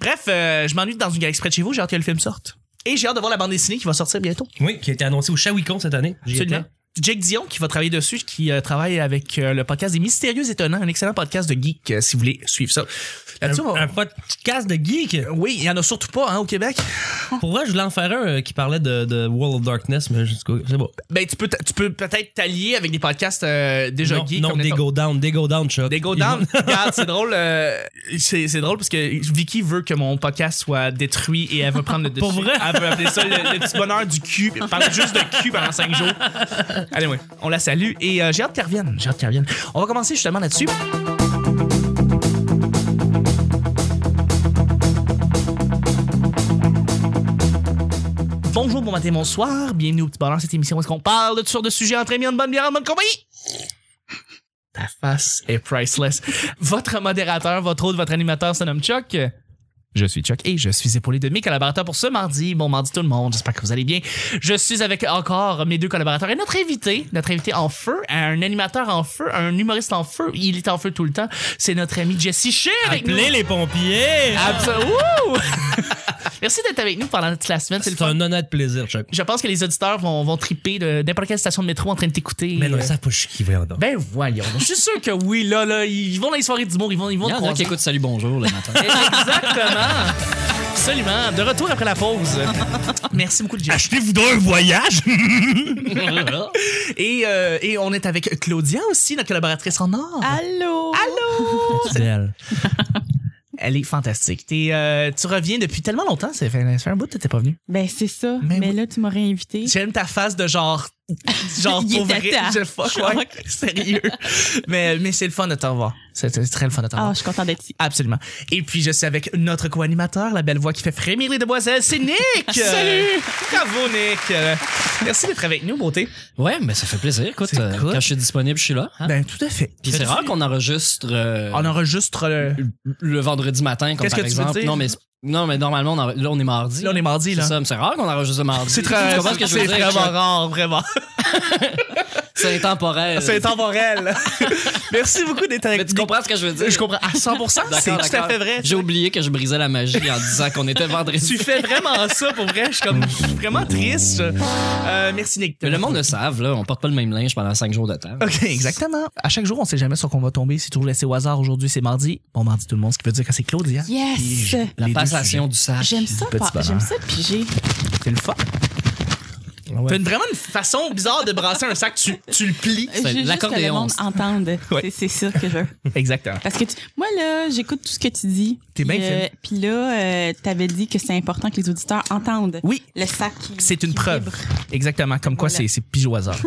Bref, euh, je m'ennuie dans une galaxie près de chez vous, j'ai hâte que le film sorte. Et j'ai hâte de voir la bande dessinée qui va sortir bientôt. Oui, qui a été annoncé au Shawicon cette année. J'y Absolument. étais. Jake Dion qui va travailler dessus, qui euh, travaille avec euh, le podcast des Mystérieux Étonnants, un excellent podcast de geek euh, si vous voulez suivre ça. Là-dessus, on va- Un, un podcast de geek. oui, il y en a surtout pas hein, au Québec. Pour vrai, je voulais en faire un euh, qui parlait de, de World of Darkness, mais je je sais pas. Ben tu peux t- tu peux peut-être t'allier avec des podcasts euh, déjà non, geeks non comme des Nathan- go down, des go down, Chuck. Des go Ils down. vont- Regarde, c'est drôle. euh, c'est c'est drôle parce que Vicky veut que mon podcast soit détruit et elle veut prendre le dessus. Pour vrai? Elle veut appeler ça le, le petit bonheur du cul. Elle Parle juste de cul pendant cinq jours. Allez, ouais. On la salue et euh, j'ai hâte qu'elle revienne. J'ai hâte qu'elle revienne. On va commencer justement là-dessus. Bonjour, bon matin, bonsoir. Bienvenue au Petit Bonheur, cette émission où est-ce qu'on parle de toutes sortes de sujets entre amis, en bonne bière, en bonne compagnie. Ta face est priceless. Votre modérateur, votre hôte, votre animateur se nomme Chuck. Je suis Chuck et je suis épaulé de mes collaborateurs pour ce mardi. Bon mardi tout le monde, j'espère que vous allez bien. Je suis avec encore mes deux collaborateurs et notre invité, notre invité en feu, un animateur en feu, un humoriste en feu. Il est en feu tout le temps. C'est notre ami Jesse Shea avec nous. Ah, Appelez les pompiers! Absol- Wouh! Merci d'être avec nous pendant toute la semaine. C'est le C'est fun. un honnête plaisir, Chuck. Je pense que les auditeurs vont, vont triper de n'importe quelle station de métro en train de t'écouter. Mais non, Euh, ils savent pas je suis qui, voyons donc. ben voyons. Je suis sûr que oui, là, là, ils vont dans les soirées d'humour, ils vont, ils vont Il te y en a qui croiser. écoutent Salut Bonjour le matin. Exactement. Absolument. De retour après la pause. Merci beaucoup, Jeff. Achetez-vous donc un voyage! Et, euh, et on est avec Claudia aussi, notre collaboratrice en or. Allô? C'est belle. Elle est fantastique. T'es, euh, tu reviens depuis tellement longtemps, ça fait, ça fait un bout que t'étais pas venu. Ben, c'est ça. Mais Mais, oui. là, tu m'aurais invité. J'aime ta face de genre. Genre, Il pour était vrai, temps. je fuck, ouais. Sérieux. Mais, mais c'est le fun de te revoir. C'est c'est très le fun de te Ah, revoir. je suis contente d'être ici. Absolument. Et puis, je suis avec notre co-animateur, la belle voix qui fait frémir les demoiselles, c'est Nick! Salut! Bravo, Nick! Euh, Merci d'être avec nous, beauté. ouais, mais ça fait plaisir. Écoute, C'est euh, cool. quand je suis disponible, je suis là. hein. Ben, tout à fait. Puis c'est Fais-tu- rare qu'on enregistre euh, On enregistre le... le vendredi matin, comme Ah. Qu'est-ce par que tu veux exemple. dire? Non, mais non, mais normalement, on en- là on est mardi. Là, on est mardi, C'est là. ça, mais c'est rare qu'on enregistre le mardi. C'est Tu très... comprends ce que je veux C'est dire? vraiment Chuck? rare, vraiment. C'est temporel. C'est temporel. Merci beaucoup d'être avec Mais tu nous. comprends ce que je veux dire? Je comprends Ah, à 100%, D'accord, c'est tout à d'accord. fait vrai. J'ai oublié que je brisais la magie en disant qu'on était vendredi. Tu fais vraiment ça, pour vrai. Je suis comme... je suis vraiment triste. Euh, merci, Nick. Mais le monde le savent, là, on porte pas le même linge pendant cinq jours de temps. OK, exactement. À chaque jour, on sait jamais sur quoi on va tomber. C'est toujours laissé au hasard. Aujourd'hui, c'est mardi. Bon mardi tout le monde, ce qui veut dire que c'est Claudia. Yes! La Les deux passation du sac. J'aime ça, Petit par- bonheur. j'aime ça piger. sujets. C'est le fun. Ouais. T'as une- vraiment une façon bizarre de brasser un sac. Tu, tu le plies. Je veux juste que le l'accordéon, monde c'est- entende. Ouais. C'est- C'est ça que je veux. Exactement. Parce que tu- moi, là, j'écoute tout ce que tu dis. T'es bien Puis, euh, fine. Puis là, euh, t'avais dit que c'est important que les auditeurs entendent. Oui. Le sac. qui- C'est une qui preuve. vibre. Exactement. Comme quoi, Voilà. c'est- c'est pige au hasard.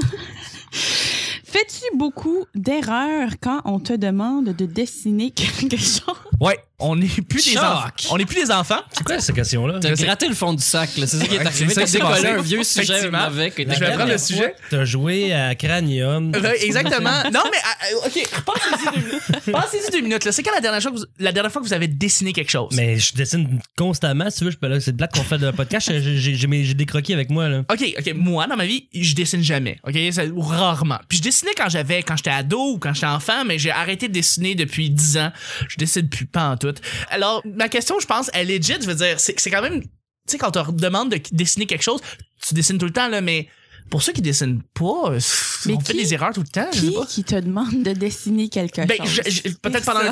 Fais-tu beaucoup d'erreurs quand on te demande de dessiner quelque chose? Ouais. On n'est plus des Choc. enfants. On n'est plus des enfants. C'est quoi cette question-là? T'as Je sais. gratté le fond du sac, là. C'est ça qui est Ouais, arrivé. c'est ça T'as qui s'est décollé passé. un vieux sujet Effectivement. avec. vais La prendre le dernière sujet. fois, T'as joué à Cranium. Euh, Exactement. Non, mais ah, ah, OK. Pensez-y deux minutes. Pensez-y deux minutes. là. C'est quand la dernière, fois que vous, la dernière fois que vous avez dessiné quelque chose? Mais je dessine constamment, si tu veux. je peux- là, C'est de blague qu'on fait de podcast. J'ai- j'ai- J'ai mes- j'ai des croquis avec moi, là. OK, OK, moi, dans ma vie, je dessine jamais. OK, Ça- ou rarement. Puis je dessinais quand j'avais, quand j'étais ado ou quand j'étais enfant, mais j'ai arrêté de dessiner depuis 10 ans. Je dessine plus pas en tout. Alors, ma question, je pense, elle est legit. Je veux dire, c'est c'est quand même, tu sais, quand on te demande de dessiner quelque chose, tu dessines tout le temps, là, mais pour ceux qui dessinent pas, euh, Mais on qui- fait des erreurs tout le temps. je sais Qui pas. qui te demande de dessiner quelque Ben, chose? je- je- peut-être pendant,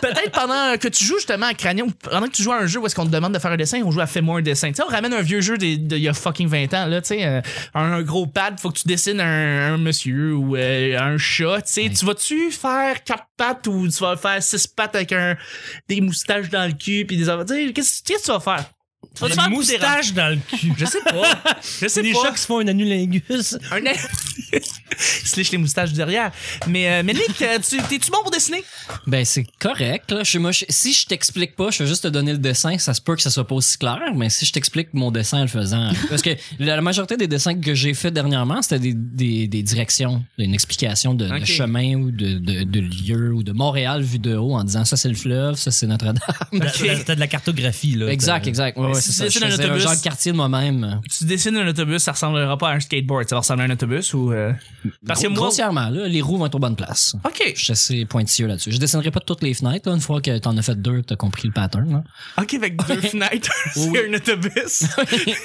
peut-être pendant que tu joues justement à Cranium, pendant que tu joues à un jeu où est-ce qu'on te demande de faire un dessin, on joue à fais-moi un dessin. Tu sais, on ramène un vieux jeu des- de- il y a fucking 20 ans, là, tu sais, euh, un, un gros pad, faut que tu dessines un, un monsieur ou euh, un chat, tu sais. Tu vas-tu faire quatre pattes ou tu vas faire six pattes avec un, des moustaches dans le cul puis des affaires- tu sais, qu'est-ce qu'est-ce que tu vas faire? Tu vas-tu Des faire moustaches dans le cul. Je sais pas. Je sais C'est des pas. chats qui se font un annulingus. Un... Il se liche les moustaches derrière. Mais, euh, mais Nick, euh, tu- t'es-tu bon pour dessiner? Ben, c'est correct, là. Je suis moche. Si je t'explique pas, je vais juste te donner le dessin. Ça se peut que ça soit pas aussi clair, mais si je t'explique mon dessin en le faisant. Parce que la la majorité des dessins que j'ai fait dernièrement, c'était des, des, des directions, une explication de, de Ok. chemin ou de, de, de lieu ou de Montréal vu de haut en disant ça c'est le fleuve, ça c'est Notre-Dame. T'as t'as de la cartographie, là. Exact, T'as- exact. Ouais, ouais, c'est tu ça. Je dessines un faisais un autobus- genre de quartier de moi-même. Tu dessines un autobus, ça ressemblera pas à un skateboard. Ça va ressembler à un autobus ou. euh, Parce que Gros- moi. Grossièrement, là, les roues vont être aux bonnes places. Ok, Je suis assez pointilleux là-dessus. Je dessinerai pas toutes les fenêtres. là. Une fois que t'en as fait deux, t'as compris le pattern. là. ok, avec deux fenêtres, Oui. c'est un autobus.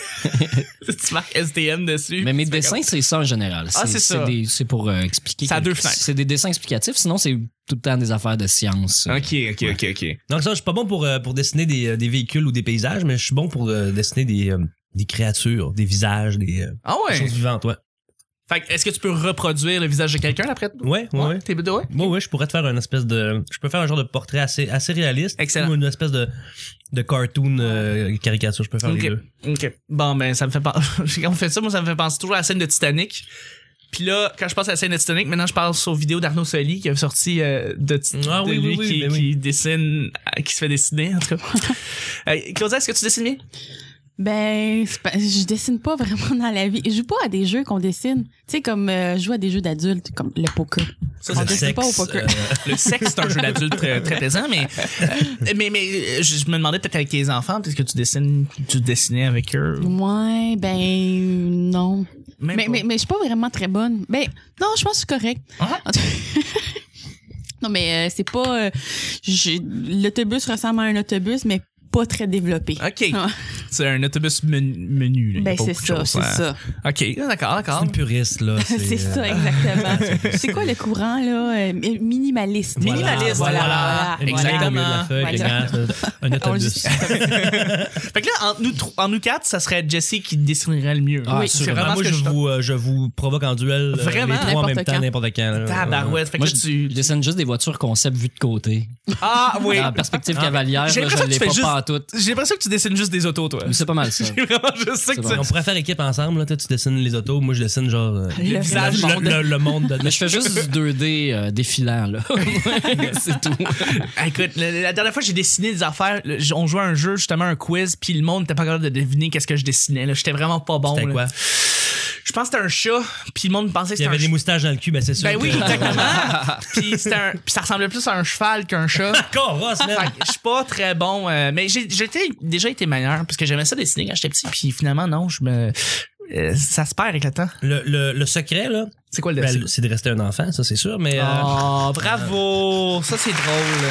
tu marques STM dessus. Mais mes Tu fais dessins, c'est ça en général. Ah, c'est ça. des- C'est pour euh, expliquer. Ça a que- deux fenêtres. C'est des dessins explicatifs. Sinon, c'est tout le temps des affaires de science. comme- Ok, ok, ok, ok. Donc ça, je suis pas bon pour, euh, pour dessiner des, euh, des véhicules ou des paysages, mais je suis bon pour euh, dessiner des, euh, des créatures, des visages, des euh, Ah des ouais. choses vivantes. Ouais, Fait que est-ce que tu peux reproduire le visage de quelqu'un après? ouais, ouais. ouais. T'es ouais. Moi, ouais, je pourrais te faire une espèce de. Je peux faire un genre de portrait assez, assez réaliste. Excellent. Ou une espèce de, de cartoon euh, caricature. Je peux faire Ok. les deux. OK. Bon, ben, ça me fait penser. quand on fait ça, moi, ça me fait penser toujours à la scène de Titanic. Puis là, quand je pense à la scène de Titanic, maintenant, je pense aux vidéos d'Arnaud Soli qui a sorti euh, de, Ti- Ah de oui, oui, lui oui, qui, ben oui. qui dessine, euh, qui se fait dessiner, en tout cas. Euh, Claudia, est-ce que tu dessines bien? Ben, c'est pas- je dessine pas vraiment dans la vie. Je joue pas à des jeux qu'on dessine. Tu sais, comme euh, je joue à des jeux d'adultes, comme le poker. Ça, On c'est Le dessine pas au sexe, poker. euh, le sexe, c'est un jeu d'adulte très, très plaisant, mais, euh, mais, mais euh, je, je me demandais peut-être avec tes enfants, peut-être que tu dessines, tu dessinais avec eux. Ouais, ben, non. Même Mais, pas. mais, mais je suis pas vraiment très bonne. Ben, non, je pense que je suis correcte. Ah. En tout- non, mais euh, c'est pas. euh, j'ai- L'autobus ressemble à un autobus, mais pas très développé. OK. Ah. C'est un autobus menu. menu là. Il y a Ben, pas c'est beaucoup de ça, choses, c'est hein. ça. OK. D'accord, C'est d'accord. une puriste, là. C'est euh, ça, exactement. c'est quoi le courant, là? euh, Minimaliste. Voilà, Minimaliste, voilà. voilà. voilà, voilà. Exactement. Au milieu de la feuille, Voilà. regarde, Un On le autobus. dit. Fait que là, entre nous, trois- entre nous quatre, ça serait Jesse qui dessinerait le mieux. Ah, c'est Vraiment, vraiment moi, ce que je, je vous, euh, je vous provoque en duel euh, Vraiment? les trois en même N'importe temps, quand. n'importe quand. là. Tabarouette. Fait que Moi, là, je, tu... je dessine juste des voitures concept vues de côté. Ah, oui. Dans ben. la perspective cavalière, là, J'ai je l'impression que l'ai tu fais pas juste- pantoute. J'ai l'impression que tu dessines juste des autos, toi. Mais c'est pas mal ça. J'ai vraiment juste ça que C'est tu... bon. On pourrait faire équipe ensemble. Là. Toi, tu dessines les autos, moi, je dessine genre. euh, Le visage, le, le- le monde de Mais je fais juste du 2D euh, défilant, là. c'est tout. Ah, Écoute, la, la dernière fois, j'ai dessiné des affaires. Le- j- On jouait à un jeu, justement, un quiz, puis le monde n'était pas capable de deviner qu'est-ce que je dessinais. là. J'étais vraiment pas bon. C'était là. quoi? Je pense que c'était un chat, puis le monde pensait que Il y c'était un avait des ch- moustaches dans le cul, ben c'est sûr. Ben oui, que- exactement. puis, c'était un- puis ça ressemblait plus à un cheval qu'un chat. Corosse, man. Fait que je suis pas très bon, euh, mais j'ai j'étais- déjà été meilleur parce que j'aimais ça dessiner quand j'étais petit, puis finalement non, je me euh, ça se perd avec le temps. Le, le, le secret, là, C'est quoi le ben, c'est- c'est de rester un enfant, ça, c'est sûr, mais euh, Oh, bravo! Ça, c'est drôle.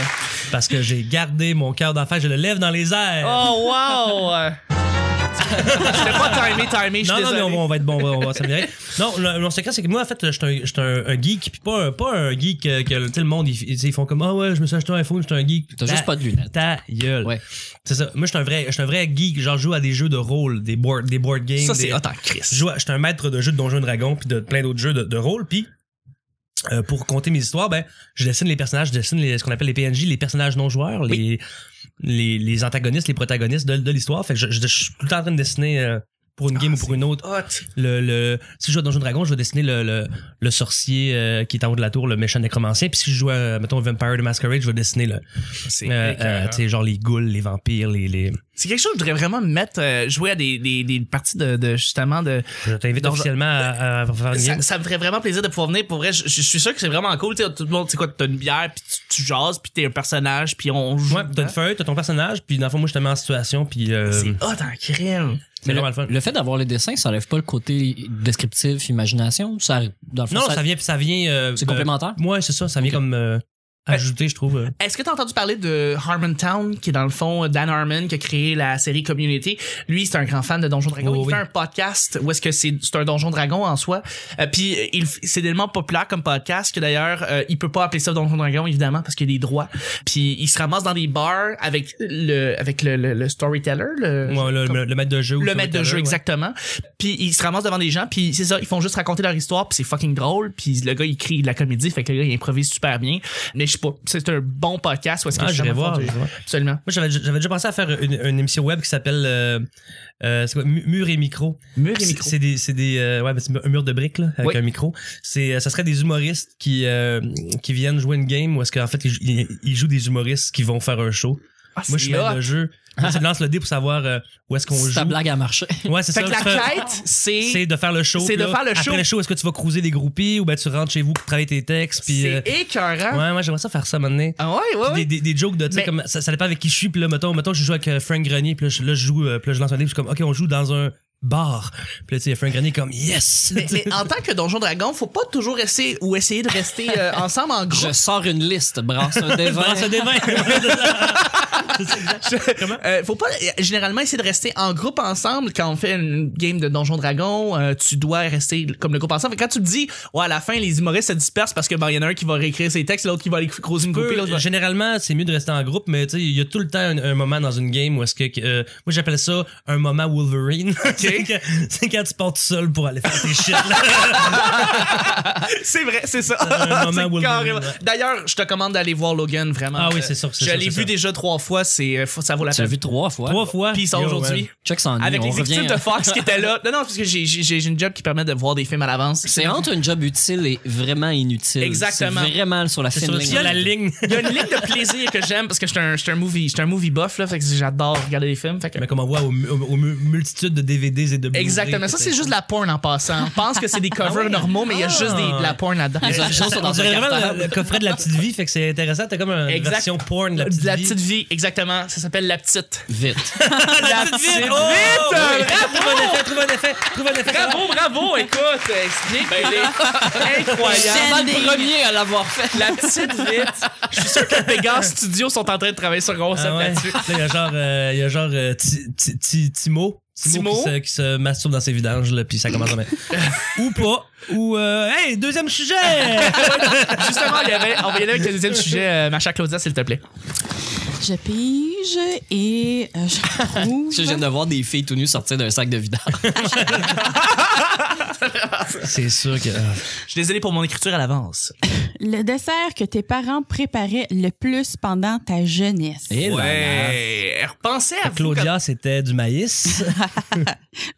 parce que j'ai gardé mon cœur d'enfant, je le lève dans les airs. Oh, wow! J'étais pas timé, timé, je suis Non, non, désolé. mais on va, on va être bon, on va- on va s'améliorer. Non, le, mon secret, c'est que moi, en fait, je suis un, je suis un- un geek, puis pas un, pas un geek euh, que le- tu sais, le monde, ils, ils font comme, ah ouais, je me suis acheté un iPhone, je suis un geek. T'as Ta- Ben, juste pas de lunettes. Ta gueule. Ouais. C'est ça. Moi, je suis un vrai, je suis un vrai geek. Genre, je joue à des jeux de rôle, des board, des board games. Ça, des- c'est attends, Chris. Je joue à- je suis un maître de jeux de Donjons et Dragons puis de plein d'autres jeux de, de rôle. Puis euh, pour compter mes histoires, ben je dessine les personnages, je dessine les- ce qu'on appelle les PNJ, les personnages non joueurs, les, les les antagonistes, les protagonistes de, de l'histoire. Fait que je, je- je suis tout le temps en train de dessiner. euh, pour une game ou pour une autre. Hot. Le, le, si je joue à Donjons et Dragons, je vais dessiner le, le, le sorcier euh, qui est en haut de la tour, le méchant nécromancien. Puis si je joue à, mettons, Vampire de Masquerade, je vais dessiner le, C'est euh, euh, écœurant. tu sais, genre les ghouls, les vampires, les. les... C'est quelque chose que je voudrais vraiment me mettre, euh, jouer à des, des, des parties de, de justement de, Je t'invite Donc, officiellement à, à faire une ça, game. ça me ferait vraiment plaisir de pouvoir venir. Pour vrai, je, je suis sûr que c'est vraiment cool. Tu sais, tout le monde, tu sais quoi, t'as une bière, puis tu, tu jases, puis t'es un personnage, puis on joue. Ouais, t'as une feuille, t'as ton personnage, puis dans le fond, moi, je te mets en situation, puis. euh, C'est hot en crème. c'est le, vraiment le fun. le fait d'avoir les dessins, ça enlève pas le côté descriptif, imagination. Ça, dans le fond, Non, ça- ça vient, ça vient. euh, c'est de- complémentaire. Ouais, c'est ça, ça vient comme euh, ajouter, je trouve. euh. Est-ce que t'as entendu parler de Harmontown, qui est dans le fond Dan Harmon, qui a créé la série Community? Lui, c'est un grand fan de Donjon Dragon. Oui, il oui, fait oui. un podcast où est-ce que c'est c'est un Donjon Dragon en soi. Euh, Puis euh, il f- c'est tellement populaire comme podcast que d'ailleurs, euh, il peut pas appeler ça Donjon Dragon, évidemment, parce qu'il y a des droits. Puis il se ramasse dans des bars avec le, avec le, le- le storyteller, le, Ouais, le, le- le maître de jeu. ou Euh, le ça, maître de whatever, jeu ouais. exactement puis ils se ramassent devant des gens puis c'est ça ils font juste raconter leur histoire puis c'est fucking drôle puis le gars il crie de la comédie fait que le gars il improvise super bien mais je sais pas c'est un bon podcast où est-ce que Ah, je je vais voir. j'irai voir. absolument Moi, j'avais j'avais déjà pensé à faire une, une émission web qui s'appelle euh, euh, c'est quoi, Mu- Mur et Micro. mur C'est c'est des, c'est des, euh, ouais, mais c'est un mur de briques là, avec Oui. un micro. C'est, euh, ça serait des humoristes qui euh, qui viennent jouer une game où est-ce qu'en fait ils, jou- ils- ils jouent des humoristes qui vont faire un show. Ah, Moi, je c'est mets hot. le jeu. Moi, tu lances le dé pour savoir euh, où est-ce qu'on Si joue. ta blague a marché. Ouais, c'est Fait ça. que la je fais- quête, c'est c'est. de faire le show. c'est puis de là, faire le show. Après le show, est-ce que tu vas cruiser des groupies ou ben tu rentres chez vous pour travailler tes textes? Puis, euh, C'est écœurant. ouais, moi, j'aimerais ça faire ça maintenant. Ah ouais, ouais, ouais. Des, des, des jokes de, tu sais, Mais- comme ça, ça dépend avec qui je suis. Puis là, mettons, mettons, je joue avec euh, Frank Grenier. Puis là, je, là, je joue, euh, puis là, je lance un dé. Puis je suis comme, OK, on joue dans un bar. Puis là, tu sais, Frank Grenier, est comme, yes! Mais, mais en tant que Donjon Dragon, faut pas toujours essayer ou essayer de rester euh, ensemble en groupe. Je sors une liste, brasse un dévin. Brasse un dé vingt. Euh, faut pas euh, généralement essayer de rester en groupe ensemble quand on fait une game de Donjon Dragon euh, tu dois rester comme le groupe ensemble Fait que quand tu te dis ouais à la fin les humoristes se dispersent parce que ben, y en a un qui va réécrire ses textes l'autre qui va aller croiser une Peu- copie l'autre va... Généralement, c'est mieux de rester en groupe, mais tu sais, il y a tout le temps un, un moment dans une game où est-ce que. euh, moi, j'appelle ça un moment Wolverine. c'est que- c'est quand tu pars tout seul pour aller faire tes shit. là. c'est vrai c'est ça un moment C'est Wolverine, carrément- ouais. d'ailleurs je te commande d'aller voir Logan vraiment Ah oui, Euh, c'est sûr, c'est je sûr, l'ai c'est vu sûr. déjà trois fois c'est euh, faut- ça vaut la Tu l'as peine vu trois fois. Trois fois. puis il sort Yo, aujourd'hui man. Check ça en avec on les revient. hein. équipes de Fox qui étaient là non non parce que j'ai j'ai- j'ai une job qui permet de voir des films à l'avance C'est entre un job utile et vraiment inutile. Exactement. C'est vraiment sur la C'est fine sur, ligne. sur la ligne. Il y a une ligne de plaisir que j'aime parce que je suis un, je suis un movie, je suis un movie buff là, fait que j'adore regarder les films. Fait que- Mais comme on voit aux, mu- aux mu- multitudes de DVDs et de Blu-ray, Exactement. Ça c'est juste de la porn en passant. On pense que c'est des covers normaux, mais il y a juste des- de la porn là-dedans. Les originaux sont On dans un dirait vraiment cartable. le, le coffret de la petite vie, fait que c'est intéressant. T'as comme une Exact. version porn de la petite De la vie. petite vie, exactement. Ça s'appelle la petite. Vite. la vie. Oh, euh, Ah, Trouve un effet, trouve un effet, trouve un effet. Bravo, bravo, écoute, euh, explique. Incroyable. Pas le premier à l'avoir fait. La petite vite. Je suis sûr que Pegasus Studios sont en train de travailler sur un concept Ah ouais. là-dessus. Là, il y a genre, euh, il y a genre euh, Ti- Ti- Ti- Timo. Timo. qui se, qui se masturbe dans ses vidanges, là, puis ça commence à mettre. ou pas. Ou, euh, hey, deuxième sujet! Justement, il y avait, on va y aller avec le deuxième sujet, euh, Macha Claudia, s'il te plaît. Je pige et euh, je trouve. Je viens de voir des filles tout nues sortir d'un sac de vidange. c'est sûr que. oh, Je suis désolé pour mon écriture à l'avance. Le dessert que tes parents préparaient le plus pendant ta jeunesse. Et là là. Ouais. Repensez à vous quand- Claudia, c'était du maïs.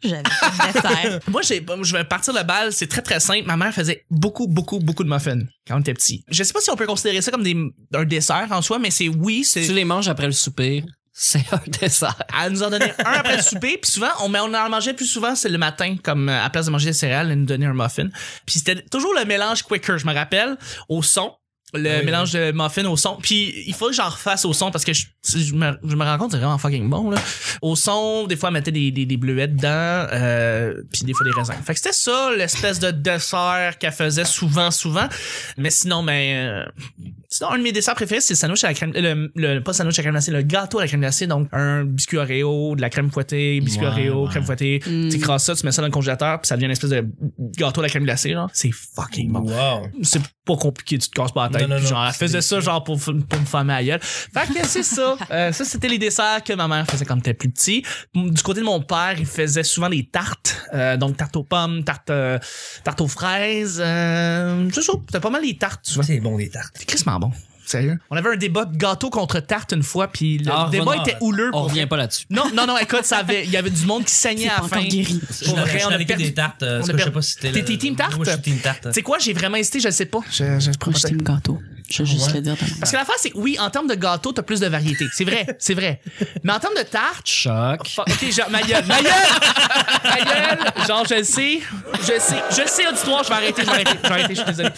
J'avais pas de dessert. Moi, j'ai, je vais partir de balle. C'est très, très simple. Ma mère faisait beaucoup, beaucoup, beaucoup de muffins quand on était petit. Je sais pas si on peut considérer ça comme des, un dessert en soi, mais c'est oui, Tu c'est. les manges après le souper, c'est un dessert. Elle nous en donnait un après le souper, puis souvent, on, mais on en mangeait plus souvent, c'est le matin, comme euh, à place de manger des céréales, elle nous donnait un muffin. Puis c'était toujours le mélange Quaker, je me rappelle, au son. Le Oui. mélange de muffin au son. Puis il faut que j'en refasse au son parce que je, je, me, je me rends compte, c'est vraiment fucking bon, là. Au son, des fois, elle mettait des, des, des bleuettes dedans, euh, puis des fois des raisins. Fait que c'était ça, l'espèce de dessert qu'elle faisait souvent, souvent. Mais sinon, ben, euh, sinon, un de mes desserts préférés, c'est le sandwich à la crème, le, le, pas sandwich à la crème glacée, le gâteau à la crème glacée. Donc, un biscuit Oreo, de la crème fouettée, biscuit Ouais, Oreo, ouais. crème fouettée. Mm. Tu crasses ça, tu mets ça dans le congélateur, puis ça devient une espèce de gâteau à la crème glacée, genre. C'est fucking bon. Wow. C'est pas compliqué, tu te casses pas la tête. Non, non, puis non, genre, elle c'est faisait des- ça, genre, pour, f- pour me faire ma gueule. Fait que c'est ça. Euh, ça, c'était les desserts que ma mère faisait quand t'étais plus petit. Du côté de mon père, il faisait souvent des tartes. euh, donc, tarte aux pommes, tarte, euh, tarte aux fraises. Euh, c'est ça, c'était pas mal les tartes, souvent. C'est bon, des tartes. C'est crissement bon. Sérieux. On avait un débat de gâteau contre tarte une fois, puis le Ah, débat revenons- était houleux. On pour revient vrai. pas là-dessus. Non, non, non, écoute, ça avait, il y avait du monde qui C'est saignait à pas la fin. encore guéri. Pour vrai, on a avec perdu- des tartes. euh, on a ça, je sais perdu- pas si t'es. T'es- là- t'es team tarte? Moi, je suis team tarte. Tu sais quoi, j'ai vraiment hésité, je le sais pas. Je, je, je pourrais Moi, je pas- t'aime gâteau. Je vais juste Ouais. le dire. de même. Parce que l'affaire, c'est que oui, en termes de gâteau, t'as plus de variété. C'est vrai, c'est vrai. Mais en termes de tarte, Choc. Fuck, Ok, genre, ma gueule, ma gueule! Ma gueule! Genre, je le sais, je le sais, je le sais, l'auditoire, je vais arrêter, je vais arrêter, je vais arrêter, je suis désolé.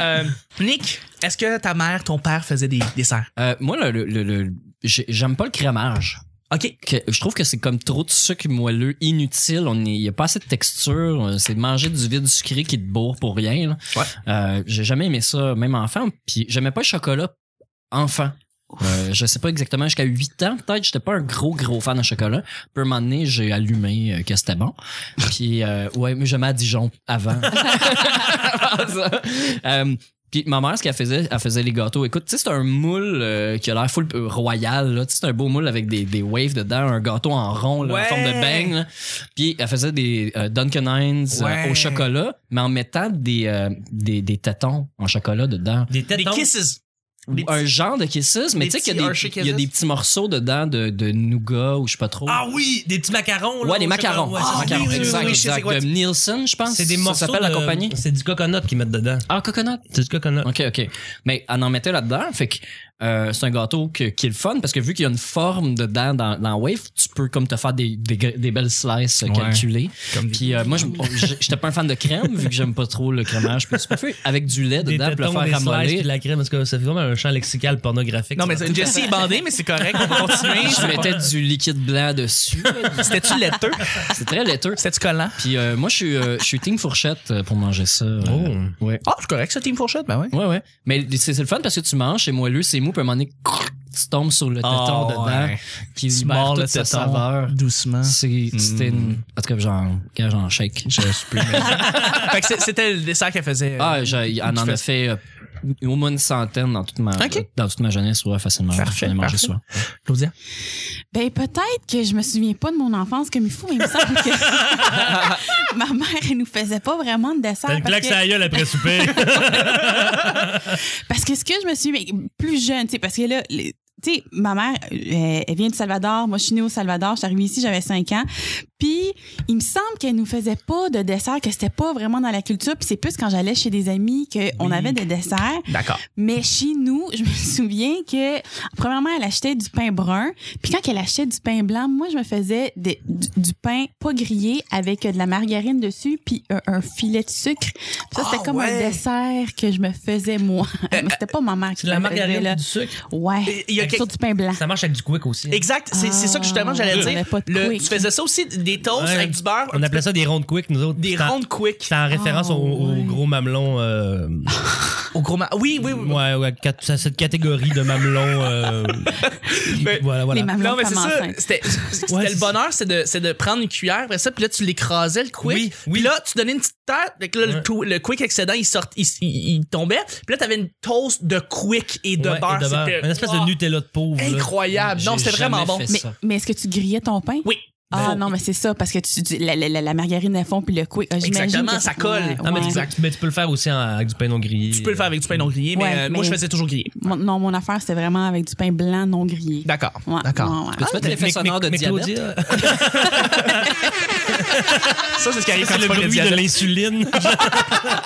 Euh, Nick, est-ce que ta mère, ton père faisait des desserts? Euh, moi, le, le- le- le- j'ai- j'aime pas le crémage. Ok. Que- je trouve que c'est comme trop de sucre moelleux inutile. On est- Il n'y a pas assez de texture. Euh, C'est manger du vide sucré qui te bourre pour rien. là. Ouais. Euh, j'ai jamais aimé ça, même enfant. Puis j'aimais pas le chocolat enfant. Euh, je sais pas exactement, jusqu'à 8 ans, peut-être, j'étais pas un gros, gros fan de chocolat. Puis à un moment donné, j'ai allumé euh, que c'était bon. Puis, euh, ouais, mais j'aimais à Dijon avant. Euh, puis ma mère, ce qu'elle faisait, elle faisait les gâteaux. Écoute, tu sais, c'est un moule euh, qui a l'air full euh, royal. Là. Tu sais, C'est un beau moule avec des, des waves dedans, un gâteau en rond, là, Ouais. en forme de beigne. là. Puis elle faisait des euh, Duncan Hines euh, Ouais. au chocolat, mais en mettant des, euh, des, des tétons en chocolat dedans. Des Des tétons. kisses. Des Ou un petits- genre de kisses, mais des tu sais qu'il y, petits a Hershey des- il y a Kisses. des petits morceaux dedans de, de nougat ou je sais pas trop. Ah oui, des petits macarons. oh, là, ouais, des au chocolat. macarons. Ouais, Ah, c'est- oui, oui, macarons, oui, exact, oui, je sais exact. c'est quoi. de Nielsen, je pense. C'est des morceaux. Ça s'appelle la de- compagnie. C'est du coconut qu'ils mettent dedans. Ah, coconut. C'est du coconut. OK, OK. Mais elle en mettait là-dedans. Fait que Euh, c'est un gâteau que- qui est le fun parce que vu qu'il y a une forme dedans dans, dans Wave, tu peux comme te faire des, des, gr- des belles slices euh, Ouais. calculées. Comme des- Puis euh, moi, je- je- j'étais pas un fan de crème vu que j'aime pas trop le crémage. Puis tu peux avec du lait Des dedans pour le tétons, des faire slices, puis ramollir. de la crème, parce que ça fait vraiment un champ lexical pornographique. Non, ça. mais c'est- Jesse est bandé, mais c'est correct, on va continuer. Je mettais du liquide blanc dessus. C'était-tu laiteux? C'est très laiteux. C'était-tu collant? Puis euh, moi, je suis, euh, je suis team fourchette euh, pour manger ça. euh, Oh. Ouais. Ah, c'est correct, ça, Team Fourchette, ben ouais. Ouais, ouais. Mais c'est c'est le fun parce que tu manges, c'est moelleux, c'est mou, puis à un moment donné, tu tombes sur le téton Oh, dedans, ouais. qui Tu libère mords toute le sa téton saveur. doucement. C'est- C'était Mm. une... En tout cas, j'en, quand j'en shake. fait que c'est- c'était le dessert qu'elle faisait. euh, Ah, j'ai- on en a fait euh, au moins une centaine dans toute ma, Ok. dans toute ma jeunesse, ouais, facilement. Parfait, J'en ai mangé parfait. souvent. Claudia. Ben peut-être que je me souviens pas de mon enfance comme il faut, mais il me semble que ma mère elle nous faisait pas vraiment de T'as dessert une parce claque sur que, la gueule après souper. parce que ce que je me souviens mais plus jeune, tu sais parce que là les- tu sais ma mère euh, elle vient du Salvador, moi je suis née au Salvador, je suis arrivée ici j'avais 5 ans. Puis il me semble qu'elle nous faisait pas de dessert que c'était pas vraiment dans la culture, puis c'est plus quand j'allais chez des amis qu'on avait des desserts. D'accord. Mais chez nous, je me souviens que, premièrement, elle achetait du pain brun. Puis quand elle achetait du pain blanc, moi, je me faisais des- du, du pain pas grillé avec euh, de la margarine dessus, puis un, un filet de sucre. Puis ça, c'était Ah comme ouais. Euh, un dessert que je me faisais moi. Mais c'était pas ma mère qui C'est de la me faisait, margarine, là. du sucre. Ouais. Il y a quelque- Sur du pain blanc. Ça marche avec du quick aussi. Exact, c'est c'est ça que justement j'allais Ah, dire. j'avais pas de Le- quick. tu faisais ça aussi, des toasts Ouais. avec du beurre, On appelait ça des rondes quick, nous autres. des C'est en- rondes quick. C'est en référence Ah, au, au ouais. gros mamelon. euh, Au gros ma- Oui, oui, oui. ouais, ouais, cat- ça, cette catégorie de mamelons. euh, Mais- voilà, voilà. Les mamelons Non, mais de c'est femmes ça. enceintes. C'était c'était Ouais, le bonheur, c'est de, c'est de prendre une cuillère, après ça, puis là, tu l'écrasais, le quick. Oui, oui. Puis là, tu donnais une petite tête, fait que là, le, Ouais. tou- le quick excédent, il, sort, il, il- il tombait. Puis là, t'avais une toast de quick et de Ouais, et beurre. C'était Une espèce oh, de Nutella de pauvre. là. Incroyable. Non, J'ai c'était vraiment jamais bon. fait Mais, ça. mais est-ce que tu grillais ton pain? Oui. Ah Faut- non, mais c'est ça, parce que tu, tu- la, la- la- la margarine à fond, puis le quick. Ah, j'imagine Exactement, que- ça colle. Ouais, Ah, mais, ouais. exact. mais tu peux le faire aussi en- avec du pain non grillé. Tu peux le faire avec du pain non grillé, mais, Ouais, euh, moi, mais- je faisais toujours grillé. Mon- non, mon affaire, c'était vraiment avec du pain blanc non grillé. D'accord. Ouais, D'accord. ouais, ouais. Peux-tu mettre l'effet sonore de mais diabète? Claudia, Ça, c'est ce qui arrive quand c'est tu le prends le bruit de diabète. l'insuline.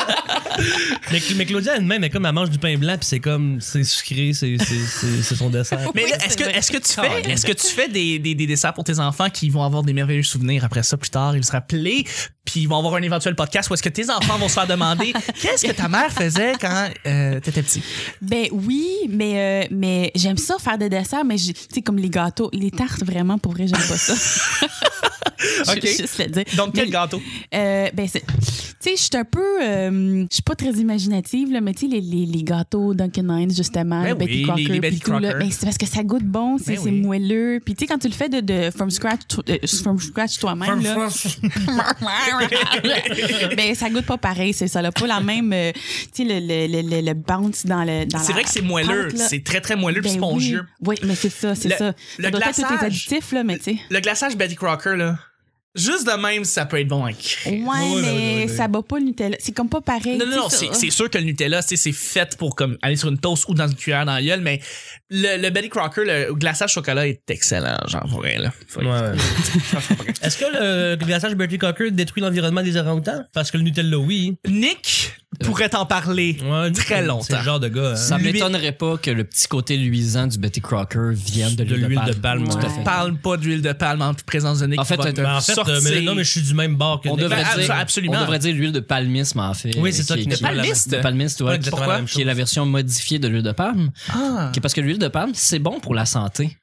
mais, mais Claudia elle-même, elle, comme elle mange du pain blanc, puis c'est comme, c'est sucré, c'est c'est- c'est- c'est son dessert. Mais Oui, là, c'est est-ce que, vrai. Ah est-ce que tu fais, est-ce que tu fais des, des, des desserts pour tes enfants qui vont avoir des merveilleux souvenirs après ça plus tard, ils se rappeler, puis ils vont avoir un éventuel podcast où est-ce que tes enfants vont se faire demander qu'est-ce que ta mère faisait quand euh, t'étais petit. Ben oui, mais euh, mais j'aime ça faire des desserts, mais j'ai- tu sais comme les gâteaux, les tartes vraiment pour vrai j'aime pas ça. Je Ok. vais juste le dire. Donc quel Mais, gâteau euh, ben c'est- tu sais je suis un peu euh, je suis pas très imaginative là, mais tu sais les, les, les gâteaux Dunkin' Hines justement, Ben les Betty oui, Crocker, les- les Betty puis tout, là. Crocker. Ben, c'est parce que ça goûte bon, c'est Ben c'est oui. moelleux, puis tu sais quand tu le fais de, de from scratch to- euh, from scratch toi-même là. ben ça goûte pas pareil, c'est ça. Là. Pas la même, euh, tu sais, le, le, le, le- le bounce dans le. Dans C'est la vrai que c'est moelleux, pâte, là. c'est très très moelleux puis Ben spongieux. Oui. oui, mais c'est ça, c'est Le- ça. le ça doit être tous glaçage. tes additifs, là, mais tu sais. Le glaçage Betty Crocker là, juste de même ça peut être bon. à créer. Ouais, oui, mais oui, oui. ça bat pas le Nutella. C'est comme pas pareil. Non, non, non, tu sais, c'est ça. c'est sûr que le Nutella, tu sais, c'est fait pour comme aller sur une toast ou dans une cuillère dans la gueule, mais le, le Betty Crocker, le glaçage chocolat est excellent, genre, pour vrai, là. Faut- Ouais, ouais. Est-ce que le glaçage Bertie Cocker détruit l'environnement des orang-outans? Parce que le Nutella, oui. Nick pourrait t'en parler Ouais, très C'est longtemps. le genre de gars. hein. Ça Lui- m'étonnerait pas que le petit côté luisant du Betty Crocker vienne de De l'huile de, l'huile de palme. palme, Tout à ouais. fait. Parle pas d'huile de palme en présence de Nick. En qui fait, va te euh, Ben, en fait, sortir. euh, mais, non, mais je suis du même bord que On Nick. devrait, Ben, dire, absolument. on devrait dire l'huile de palmisme, en fait. Oui, c'est ça, qui, qui n'est pas la Palmiste? de palmiste, ouais. Pas exactement Pourquoi? la même chose. Qui est la version modifiée de l'huile de palme. Ah, Qui- Parce que l'huile de palme, c'est bon pour la santé.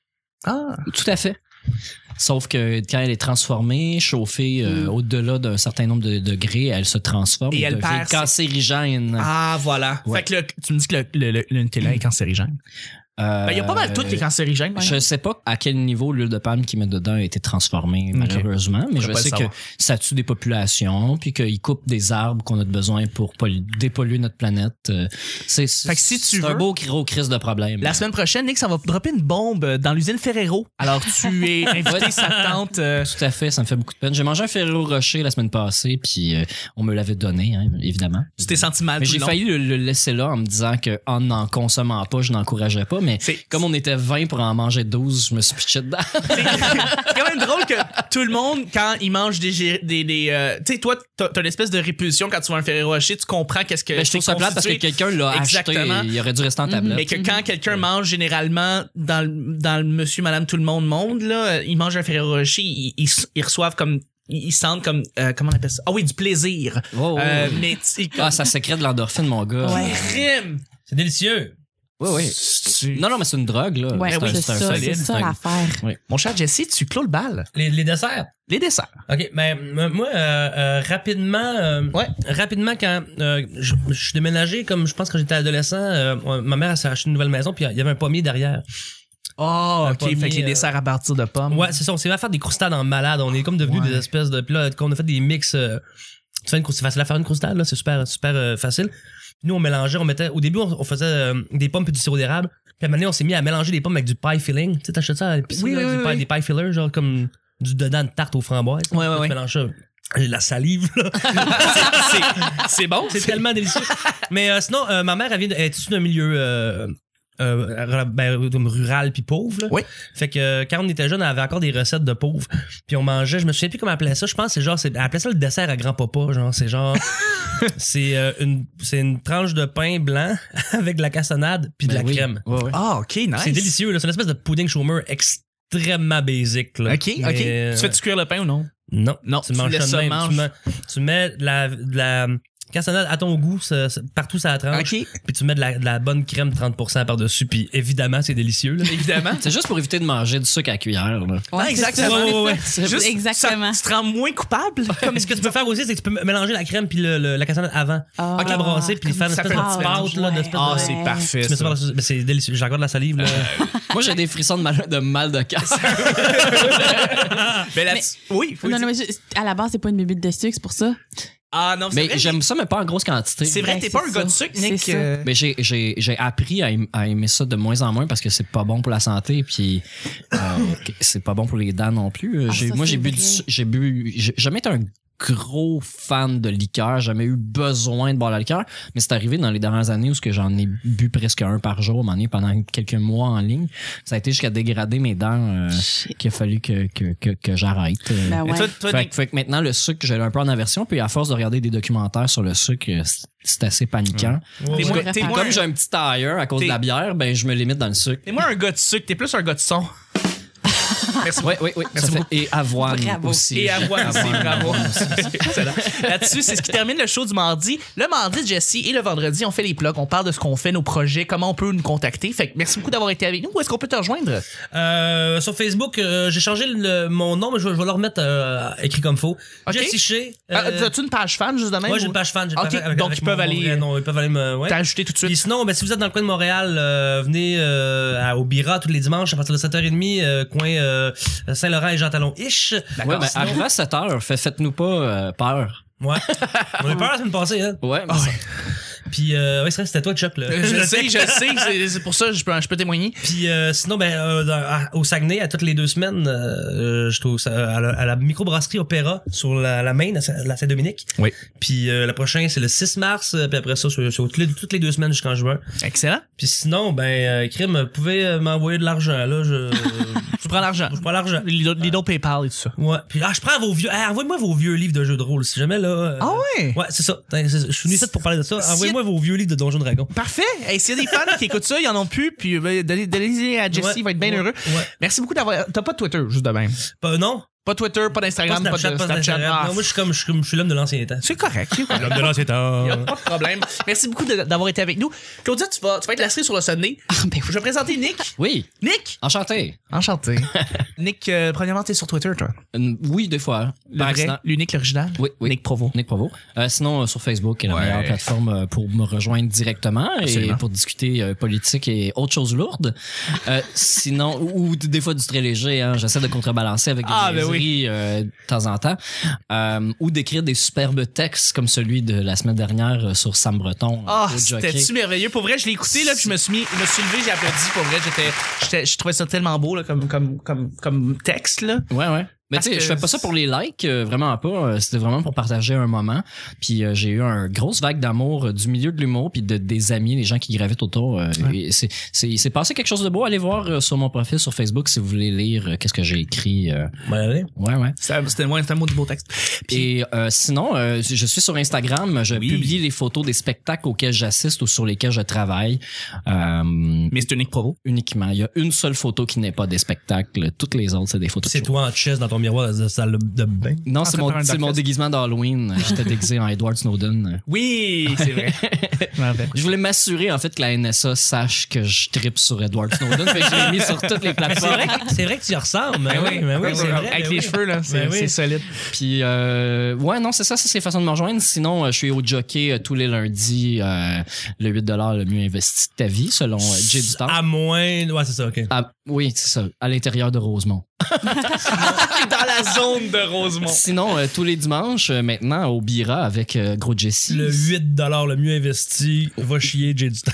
ah. Tout à fait. Sauf que quand elle est transformée, chauffée euh, au-delà d'un certain nombre de degrés, elle se transforme Et et, elle devient perd ses- cancérigène. Ah, voilà. Ouais. Fait que le- tu me dis que le, le, le- le Nutella est cancérigène. Euh, Ben, il y a pas mal tout qui est cancérigène. Je sais pas à quel niveau l'huile de palme qu'ils mettent dedans a été transformée, malheureusement, mais Faudrait je pas le sais que savoir. ça tue des populations, puis qu'ils coupent des arbres qu'on a de besoin pour pollu- dépolluer notre planète. Euh, C'est Fait que si tu c'est un veux- beau gros crise de problème. La semaine prochaine, Nick, ça va dropper une bombe dans l'usine Ferrero. Alors, tu es invité, sa tante. euh, Tout à fait, ça me fait beaucoup de peine. J'ai mangé un Ferrero Rocher la semaine passée, puis euh, on me l'avait donné, hein, évidemment. tu t'es senti mal Mais tout j'ai le long. failli le, le laisser là en me disant que en n'en consommant pas, je n'encourageais pas. mais C'est- comme on était 20 pour en manger 12, je me suis pitché dedans. C'est quand même drôle que tout le monde, quand il mange des. gé- des, des, euh, tu sais, toi, t'as t'as une espèce de répulsion quand tu vois un Ferrero Rocher, tu comprends qu'est-ce que. Ben, je trouve c'est ça plate parce que constitué, quelqu'un l'a acheté. Exactement. Il aurait dû rester en tablette. Mais que quand quelqu'un mange généralement dans le, dans le monsieur, madame, tout le monde, monde, là, il mange un Ferrero Rocher, ils, ils, ils reçoivent comme. Ils ils sentent comme. euh, comment on appelle ça? Ah oui, du plaisir. Ouais, ouais, Euh, ouais. mais tu Ah, ça sécrète de l'endorphine, mon gars. Ouais. rime! C'est délicieux. Ouais, ouais. Non, non, mais c'est une drogue, là. Ouais, C'est un- c'est c'est un ça, solide, c'est c'est ça un- l'affaire. Mon cher Jesse, tu clôt le bal. Les, les desserts. Les desserts. OK, ben m- moi euh, euh, rapidement euh, Ouais. rapidement quand euh, je, je suis déménagé comme je pense quand j'étais adolescent, euh, ouais, ma mère elle s'est acheté une nouvelle maison puis il y avait un pommier derrière. Oh, Un ok. Fait pommier, que les euh, desserts à partir de pommes. Ouais, c'est ça, on s'est mis à faire des croustades en malade, on est comme devenus Ouais. des espèces de puis là quand on a fait des mix euh, tu fais une croustade, c'est facile à faire une croustade là, c'est super super euh, facile. Puis nous on mélangeait, on mettait au début on, on faisait euh, des pommes puis du sirop d'érable. Puis à un moment donné, on s'est mis à mélanger des pommes avec du pie filling. Tu sais, t'achètes ça à l'épicerie, Oui, là, oui, du oui, pie- oui. des pie fillers, genre comme du dedans de tarte aux framboises. Ouais, ouais, Tu ouais. mélanges ça. J'ai de la salive, là. C'est bon? C'est tellement délicieux. Mais euh, sinon, euh, ma mère, elle vient de- elle est issue d'un milieu euh, euh, ben, comme rural puis pauvre. là. Oui. Fait que euh, quand on était jeune, elle avait encore des recettes de pauvres. Puis on mangeait, je me souviens plus comment elle appelait ça. Je pense que c'est genre, c'est- elle appelait ça le dessert à grand-papa. Genre, c'est genre, c'est euh, une, c'est une tranche de pain blanc avec de la cassonade puis de Ben la oui. crème. Ouais, ouais. Ah, ok, nice. C'est délicieux, là. C'est une espèce de pudding chômeur extrêmement basic. Là. Ok, ok. Mais, euh, Tu fais-tu cuire le pain ou non? non, Non, tu, euh, Ah, tu manges laisses ça de ça même. mange. Tu, mets, tu mets de la, de la cassonade à ton goût ça- ça- partout sur la tranche, Ok, puis tu mets de la, de la bonne crème 30% par-dessus, puis évidemment, c'est délicieux. Là. évidemment. Ah, C'est juste pour éviter de manger du sucre à cuillère, là. Non, Ouais, exactement. c'est ça. Ouais, ouais, ouais. C'est- Juste, exactement. ça- tu te rends moins coupable. Comme ce que tu peux faire aussi, c'est que tu peux mélanger la crème puis le- le- la cassonade avant. Ah, Ok, brasser, puis comme faire une ça espèce fait de une petite différence. pâte, là, Ouais. d'espèce de- Ah, Ouais. c'est parfait. Tu mets ça ça. par-dessus- mais c'est délicieux. J'ai encore de la salive. Là. Moi, j'ai des frissons de mal de, mal de cœur. Mais là- Mais- Ben, oui, faut Non, dire- non, mais je- à la base, c'est pas une bibite de sucre, c'est pour ça. Ah non, c'est Mais vrai. j'aime ça, mais pas en grosse quantité. C'est vrai, Ben, t'es pas c'est un gars de ça. sucre, Nick. C'est ça. euh, Mais j'ai- j'ai j'ai appris à, aim- à aimer ça de moins en moins parce que c'est pas bon pour la santé, puis euh, que- c'est pas bon pour les dents non plus. Euh, Ah, J'ai- ça, moi, c'est j'ai bu, vrai. du su- j'ai bu, j'ai jamais été un gros fan de liqueur, jamais eu besoin de boire de la liqueur, mais c'est arrivé dans les dernières années où ce que j'en ai bu presque un par jour, à un moment donné, pendant quelques mois en ligne, ça a été jusqu'à dégrader mes dents, euh, qu'il a fallu que que que, que j'arrête. euh. Ben mais ouais. toi, toi, Fait, Nick, que- fait que maintenant, le sucre, j'ai un peu en aversion. Puis à force de regarder des documentaires sur le sucre, euh, c'est- c'est assez paniquant. t'es ouais. moins- Puis t'es comme moins Comme j'ai un petit tailleur à cause T'es- de la bière, ben je me limite dans le sucre. t'es moins un gars de sucre, t'es plus un gars de son. Merci Oui, oui, oui. ça Merci fait- Et avoir Bravo. aussi. Et à moi aussi, Avoine, bravo. avoine aussi. Excellent. Là-dessus, c'est ce qui termine le show du mardi. Le mardi, Jesse et le vendredi, on fait les plugs, on parle de ce qu'on fait, nos projets, comment on peut nous contacter. Fait que merci beaucoup d'avoir été avec nous. Où est-ce qu'on peut te rejoindre? Euh, sur Facebook, euh, j'ai changé le- mon nom, mais je, vais- je vais le remettre euh, écrit comme faux. Ok. Jesse Shea. Ah, euh, As-tu une page fan, juste de même? Moi, j'ai ou- Ah, une page fan. j'ai une Ok, page avec- donc avec ils peuvent mon- mon aller- euh, vrai nom, ils peuvent aller me. ouais. T'as ajouté tout de Puis suite. sinon, ben, si vous êtes dans le coin de Montréal, euh, venez euh, à- au Bira tous les dimanches à partir de 7h30, euh, coin euh, Saint-Laurent et Jean-Talon-ish. Ouais, ben, arrivé à 7 heures, fait- faites-nous pas euh, peur. Ah Ouais. On a eu peur la semaine passée. Hein. Ouais, mais ça- Puis, euh, ouais, c'est vrai, c'était toi, Chuck. Là. Euh, Je sais, je sais, c'est- c'est pour ça que je peux, je peux témoigner. Puis euh, sinon, ben, euh, dans- à- au Saguenay, à toutes les deux semaines, euh, euh, je trouve ça à la, à la microbrasserie Opéra sur la, la Maine, à Saint- la Saint-Dominique. Oui. Puis euh, le prochain, c'est le 6 mars. euh, Puis après ça, sur, sur toutes, les, toutes les deux semaines jusqu'en juin. Excellent. Puis sinon, ben, euh, Crime, vous pouvez euh, m'envoyer de l'argent. Là, je, Tu prends l'argent. je prends l'argent. Lido, Lido PayPal et tout ça. Ouais. Puis ah, je prends vos vieux. ah, envoyez-moi vos vieux livres de jeux de rôle, si jamais là. euh, Ah ouais? Ouais, c'est ça. Attends, c'est- Je suis venu ici pour parler de ça. Si- Envoyez-moi vos vieux livres de Donjons Dragon. Parfait. Hey, S'il y a des fans qui écoutent ça, ils en ont plus. Puis euh, donnez- donnez-les à Jesse, il va être bien heureux. Ouais. Merci beaucoup d'avoir. T'as pas de Twitter, juste de même. Pas- euh, non, Pas de Twitter, pas pas d'Instagram, pas, Snapchat, de pas Snapchat. Instagram. Ah, Non, moi, je suis comme, je suis comme, je suis l'homme de l'ancien temps. C'est correct. c'est correct. L'homme de l'ancien temps. Y a pas de problème. Merci beaucoup de- d'avoir été avec nous. Claudia, tu vas, tu vas être la cerise sur le sonnet. Ah, ben oui. Je vais présenter Nick. Oui, Nick! enchanté. Enchanté. Nick, euh, premièrement, t'es sur Twitter, toi. Euh, Oui, deux fois. Le Par vrai, accident. l'unique, l'original. Oui, oui. Nick Provo. Nick Provo. Euh, sinon, euh, sur Facebook, qui est la Ouais. meilleure plateforme euh, pour me rejoindre directement Absolument. et pour discuter euh, politique et autres choses lourdes. Euh, sinon, ou ou des fois du très léger, hein, j'essaie de contrebalancer avec des Ah, ben niaiseries, euh, de temps en temps. Euh, ou d'écrire des superbes textes comme celui de la semaine dernière euh, sur Sam Breton. euh, Ah, au jockey. c'était-tu merveilleux? Pour vrai, je l'ai écouté, là, puis je me suis mis, je me suis levé, j'ai applaudi. Pour vrai, j'étais, j'étais, je trouvais ça tellement beau, là, comme, comme, comme, comme texte, là. Ouais, ouais. Mais Parce tu sais, que- je fais pas ça pour les likes, euh, vraiment pas. Euh, C'était vraiment pour partager un moment. Puis euh, j'ai eu une grosse vague d'amour euh, du milieu de l'humour, puis de, des amis, les gens qui gravitent autour. euh, et c'est- c'est- Il s'est passé quelque chose de beau. Allez voir euh, sur mon profil sur Facebook si vous voulez lire euh, qu'est-ce que j'ai écrit. euh. ouais, ouais. Ça, C'était ouais, c'était un mot du beau texte. Puis, Et euh, sinon, euh, je suis sur Instagram. Je Oui. publie les photos des spectacles auxquels j'assiste ou sur lesquels je travaille. Euh, mais c'est unique provo. uniquement. Il y a une seule photo qui n'est pas des spectacles. Toutes les autres, c'est des photos. de C'est show. toi en chess dans ton miroir de salle de bain. Non, En train c'est de mon, faire un c'est mon darkfest. déguisement d'Halloween. J'étais déguisé en Edward Snowden. Oui, c'est vrai. Je m'en rappelle. Je voulais m'assurer, en fait, que la NSA sache que je tripe sur Edward Snowden. fait que je l'ai mis sur toutes les plateformes. C'est vrai que tu y ressembles. mais Ben oui, ben oui, ben c'est oui, vrai, avec les ben oui. cheveux, là, c'est Ben oui. c'est solide. Puis, euh, ouais, non, c'est ça, ça, c'est les façons de me rejoindre. Sinon, euh, je suis au jockey euh, tous les lundis. euh, le 8 le mieux investi de ta vie, selon euh, Jay Dutemps. À moins. Ouais, c'est ça, ok. Ah, oui, c'est ça, à l'intérieur de Rosemont. Dans la zone de Rosemont. Sinon, euh, tous les dimanches, euh, maintenant, au Bira avec euh, Gros Jesse. Le 8 le mieux investi va chier, j'ai du temps.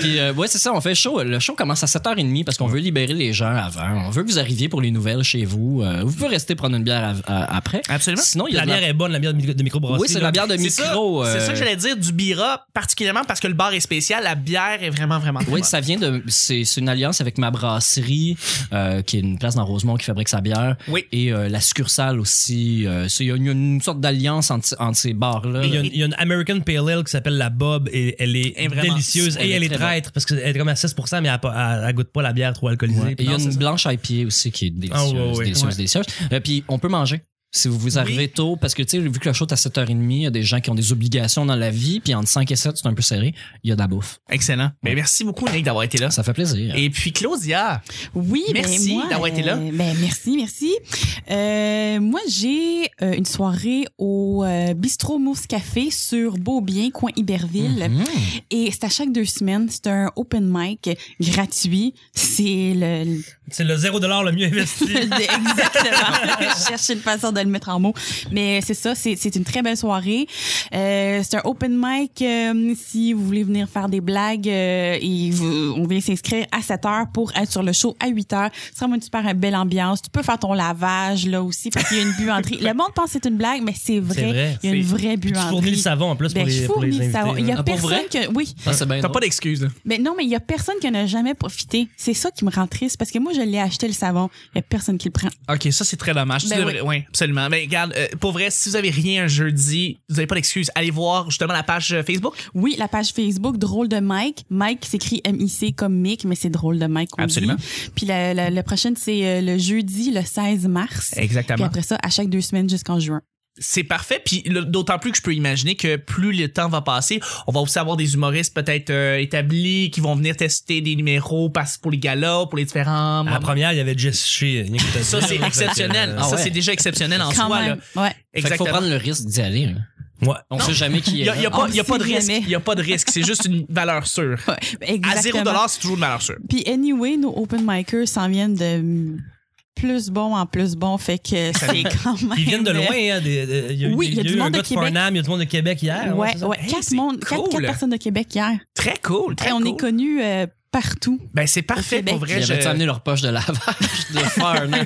Puis euh, ouais, c'est ça, on fait le show. Le show commence à 7h30 parce qu'on veut libérer les gens avant. On veut que vous arriviez pour les nouvelles chez vous. Euh, vous pouvez rester prendre une bière av- à- après. Absolument. Sinon, il y a La de la- bière est bonne, la bière de micro- de microbrasserie. Oui, c'est là. la bière de C'est ça, micro. c'est euh, ça que j'allais dire du Bira, particulièrement parce que le bar est spécial, la bière est vraiment, vraiment très Oui, bonne. ça vient de. C'est c'est une alliance avec ma brasserie, euh, qui est une place dans Rosemont qui fabrique sa bière. Oui. Et euh, la succursale aussi. euh, c'est- Il y a une, une sorte d'alliance entre, entre ces bars-là. Et Il y, a une- il y a une American Pale Ale qui s'appelle la Bob et elle est Et vraiment, délicieuse elle et est elle est très traître parce qu'elle est comme à 6%, mais elle, a pas- elle- elle goûte pas la bière trop alcoolisée. Ouais. Et il y a Non, une c'est ça. blanche à pied aussi qui est délicieuse, Ah, ouais, ouais, délicieuse, ouais. délicieuse. Euh, puis on peut manger. Si vous vous arrivez tôt, parce que tu sais, vu que le show est à 7h30, il y a des gens qui ont des obligations dans la vie, puis entre 5 et 7, c'est un peu serré, il y a de la bouffe. Excellent. Ben, merci beaucoup, Nick, d'avoir été là. Ça fait plaisir. Ah. Et puis, Claudia, Oui, ben Merci moi, d'avoir été là. euh, ben merci, merci. Euh, moi, j'ai euh, une soirée au euh, Bistrot Mousse Café sur Beaubien, coin Iberville. Mhm. Et c'est à chaque deux semaines. C'est un open mic gratuit. C'est le, le- C'est le 0 le mieux investi. Exactement. Je cherchais une façon de le mettre en mots. Mais c'est ça, c'est c'est une très belle soirée. Euh, c'est un open mic. euh, si vous voulez venir faire des blagues, euh, et vous- on vient s'inscrire à 7 heures pour être sur le show à 8 heures. C'est vraiment une super belle ambiance. Tu peux faire ton lavage là aussi parce qu'il y a une buanderie. le monde pense que c'est une blague, mais c'est C'est vrai. vrai. Il y a une C'est- vraie Puis tu fournis le buanderie. savon en plus Ben, pour je les, pour les fournis le invités. savon. Il y a Ah, pour personne vrai? que. Oui. Ah, c'est bien t'as drôle. pas d'excuses. là. Mais non, mais il y a personne qui n'a jamais profité. C'est ça qui me rend triste parce que moi, je l'ai acheté le savon. Il y a personne qui le prend. OK, ça, c'est très dommage. Tu Ben devrais- ouais, absolument. Mais regarde, euh, pour vrai, si vous avez rien un jeudi, vous avez pas d'excuses. Allez voir justement la page euh, Facebook. Oui, la page Facebook Drôle de Mike. Mike s'écrit M-I-C comme Mick, mais c'est Drôle de Mike. qu'on Absolument. dit. Puis la, la, la prochaine, c'est euh, le jeudi, le 16 mars. Puis Exactement. après ça, à chaque deux semaines jusqu'en juin. C'est parfait, puis le- d'autant plus que je peux imaginer que plus le temps va passer, on va aussi avoir des humoristes peut-être euh, établis qui vont venir tester des numéros parce pour les galas, pour les différents. À la première, il y avait Jess Shea. rien que t'as Ça dit, c'est là, exceptionnel. fait que, Ah Ça ouais. c'est déjà exceptionnel en Quand soi. même. Là. Ouais. Fait qu'il faut Exactement. prendre le risque d'y aller. là. euh, ouais. On sait jamais qui Il est. y a, il y a là. pas, On il y a pas de sait risque. jamais. Il y a pas de risque. C'est juste une valeur sûre. Ouais, exactement. À zéro dollar, c'est toujours une valeur sûre. Puis anyway, nos open micers s'en viennent de plus bon en plus bon. Fait que c'est quand même. Ils viennent de loin. hein, des- des- Il y a eu, Oui, il y a eu monde un de gars de Québec. Farnham, il y a du monde de Québec hier. Ouais, c'est ouais. ça. quatre, hein, c'est mondes- quatre- cool. quatre personnes de Québec hier. Très cool. Très Et on cool. est connus euh, partout. Ben c'est parfait Québec. pour Ils vrai. je- avaient amené leur poche de lavage de Farnham.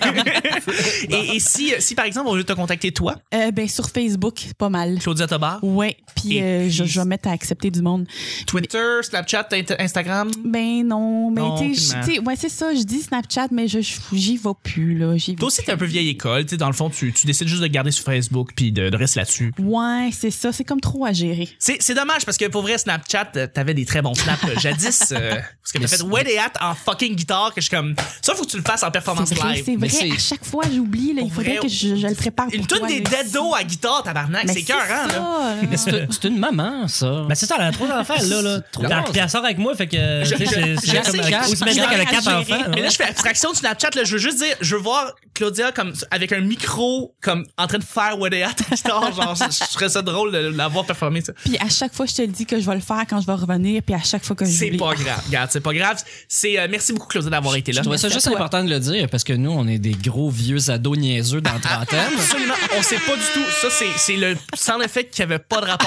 Et, et si, euh, si par exemple on veut te contacter toi, Euh, ben, sur Facebook, pas mal. Claudia Tobar, Ouais, Et puis euh, je, puis- je vais mettre à accepter du monde. Twitter, Snapchat, Inst- Instagram. Ben non, mais Non, tu sais, aucunement. je- tu sais, ouais, c'est ça, je dis Snapchat, mais je je- j'y vais plus, là. J'y vais Toi aussi, t'es un peu vieille école. tu sais, dans le fond, tu, tu décides juste de garder sur Facebook puis de, de rester là-dessus. plus. Ouais, c'est ça, c'est comme trop à gérer. C'est, c'est dommage parce que pour vrai, Snapchat, euh, t'avais des très bons snaps euh, jadis. euh, parce que t'as fait Ouais des hats en fucking guitare que je suis comme. Ça, faut que tu le fasses en performance C'est vrai, live. c'est Mais vrai, c'est- à chaque fois, j'oublie, là, il Pour faudrait vrai, que je, je le prépare pour Une toi. toute des là. dedos à guitare, tabarnak. Mais c'est écœurant, ça, euh, là. Mais c'est c'est une maman, ça. Ben c'est ça, elle a trois enfants, là. là. Trois. Puis elle sort avec moi, fait que. Je- tu sais, je- c'est- je c'est comme- sais, j'ai- Aussi bien j'ai qu'elle a quatre exagéré, enfants. Mais ouais. là, je fais abstraction de Snapchat. Là. Je veux juste dire, je veux voir Claudia comme, avec un micro comme en train de faire What a Hat en guitare. Genre, je, je trouverais ça drôle de l'avoir performé. Ça. Puis à chaque fois, je te le dis que je vais le faire quand je vais revenir, puis à chaque fois que je C'est pas grave. Regarde, c'est pas grave. C'est euh, merci beaucoup Claudia d'avoir été là. Je trouvais ça Merci juste à toi. important de le dire parce que nous, on est des gros vieux ados niaiseux dans la trentaine. Absolument, on sait pas du tout. Ça, c'est, c'est le sans effet qui avait pas de rapport.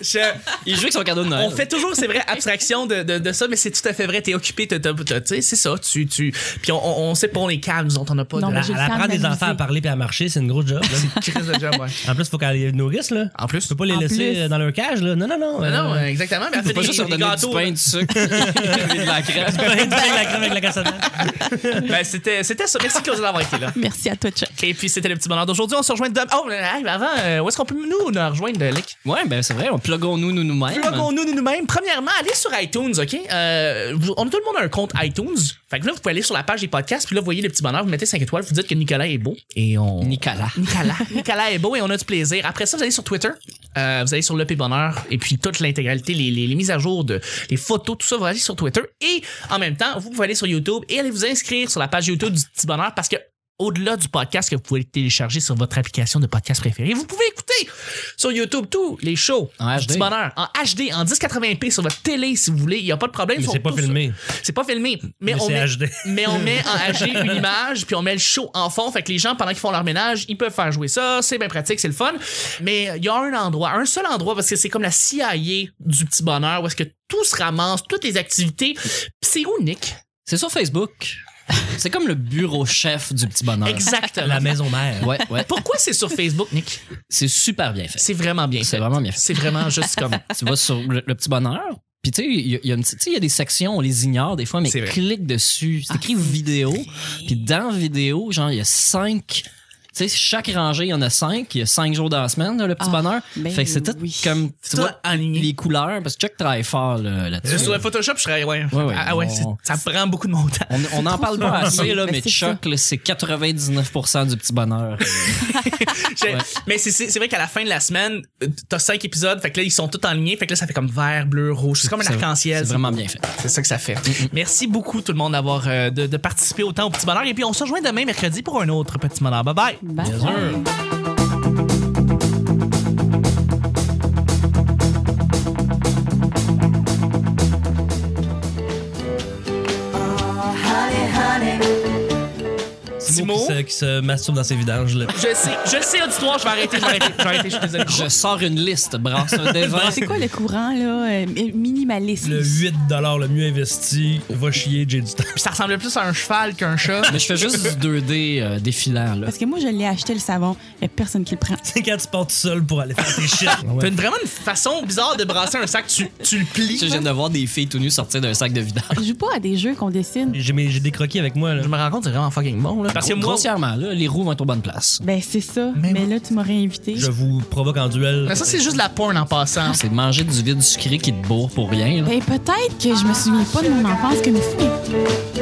Je- Il joue avec son cadeau de Noël. on fait toujours, c'est vrai, abstraction de, de, de ça, mais c'est tout à fait vrai. T'es occupé, t'as- t'as- t'as- tu sais, c'est ça. Tu, tu, puis on, on, on sait pas, on est calme, nous autres, on a pas Non, de. mais À, j'ai le à temps apprendre de les enfants à m'amuser. parler puis à marcher, c'est une grosse job. là. Crise de job, ouais. en plus, il faut qu'elle les nourrisse. Là. En plus. Tu peux pas les En laisser plus. euh, dans leur cage. Là. Non, non, non. Ben euh, non, exactement. Mais elle fait Faut pas des, juste leur des donner gâteaux. du pain, du sucre, et de la crème. avec la crème, avec la cassonade. Ben, c'était, c'était ça. Merci Claudia d'avoir été là. Merci à toi, Chuck. Et puis, c'était le petit bonheur d'aujourd'hui. On se rejoint demain. Oh, mais hey, mais avant, euh, où est-ce qu'on peut nous, nous rejoindre, Lick? Ouais, ben c'est vrai, on plugons-nous nous, nous-mêmes. Plugons-nous nous- nous-mêmes. Premièrement, allez sur iTunes, OK? Euh, vous- on, tout le monde a un compte iTunes. Fait que là, vous pouvez aller sur la page des podcasts, puis là, vous voyez le petit bonheur, vous mettez 5 étoiles, vous dites que Nicolas est beau. Et on. Nicolas. Nicolas. Nicolas est beau et on a du plaisir. Après ça, vous allez sur Twitter, euh, vous allez sur Le P Bonheur et puis toute l'intégralité, les, les- les mises à jour, de, les photos, tout ça, vous allez sur Twitter. Et en même temps, vous pouvez aller sur YouTube et aller vous inscrire sur la page YouTube du Petit Bonheur parce que au-delà du podcast que vous pouvez télécharger sur votre application de podcast préférée, vous pouvez écouter sur YouTube tous les shows En du HD. Petit Bonheur en HD, en 1080p sur votre télé si vous voulez. Il n'y a pas de problème. Mais ils sont c'est pas tous- filmé. C'est pas filmé. Mais, Mais on c'est met- HD. mais on met en HD une image, puis on met le show en fond. Fait que les gens, pendant qu'ils font leur ménage, ils peuvent faire jouer ça. C'est bien pratique, c'est le fun. Mais euh, il y a un endroit, un seul endroit, parce que c'est comme la CIA du petit bonheur, où est-ce que tout se ramasse, toutes les activités. Puis c'est unique. C'est sur Facebook. C'est comme le bureau chef du petit bonheur. Exactement. La maison mère. Ouais, ouais. Pourquoi c'est sur Facebook, Nick? C'est super bien fait. C'est vraiment bien C'est fait. vraiment bien fait. C'est vraiment juste comme. Tu vas sur le, le petit bonheur, puis tu sais, il y, a- il y a une petite- tu sais, il y a des sections, on les ignore des fois, mais C'est vrai. clique dessus. Ah, C'est écrit vidéo, puis dans vidéo, genre, il y a cinq. Tu sais, chaque rangée, il y en a cinq. Il y a cinq jours dans la semaine, là, le petit Ah, bonheur. ben fait que c'est tout oui. comme. Tu vois, Tout aligné. les couleurs, parce que Chuck travaille fort là, là-dessus. Sur le Photoshop, je serais. Ouais. Ouais, ouais. ah ouais, c'est- ça prend beaucoup de montant. On- On n'en parle pas assez, là, Mais mais c'est Chuck, là, c'est 99% du petit bonheur. J'ai- Ouais. Mais c'est- c'est c'est vrai qu'à la fin de la semaine, euh, t'as cinq épisodes, fait que là, ils sont tous en ligne, fait que là, ça fait comme vert, bleu, rouge. C'est comme un C'est- arc-en-ciel. C'est vraiment bien fait. C'est ça que ça fait. Merci beaucoup, tout le monde, d'avoir euh, de, de participer autant au Petit Bonheur. Et puis, on se rejoint demain, mercredi, pour un autre Petit Bonheur. Bye bye! Bye. Simon? Qui se, qui se masturbe dans ses vidanges. Là. Je sais, je sais, auditoire, je vais arrêter, je vais arrêter, je vais arrêter, je suis désolé. Je sors une liste, brasse un devin. C'est quoi le courant, là? euh, Minimaliste. Le 8 le mieux investi, va chier, j'ai du temps. Puis ça ressemblait plus à un cheval qu'un chat. Mais je fais juste du 2D euh, défilant, là. Parce que moi, je l'ai acheté le savon. Il n'y a personne qui le prend. C'est quand tu pars tout seul pour aller faire tes shit. T'as une- vraiment une façon bizarre de brasser un sac, tu, tu le Tu sais, plies. Je viens de voir des filles tout nues sortir d'un sac de vidange. Je joue pas à des jeux qu'on dessine. J'ai mes- j'ai des croquis avec moi. Là. Je me rends compte, c'est vraiment fucking bon, là. Parce que moi, Grossièrement, là, les roues vont être aux bonnes places. Ben, c'est ça. Mais Mais, moi- là, tu m'aurais invité. Je vous provoque en duel. mais ça, c'est juste la porn en passant. C'est de manger du vide sucré qui te bourre pour rien, là. Ben, peut-être que je me souviens pas de mon enfance comme fille.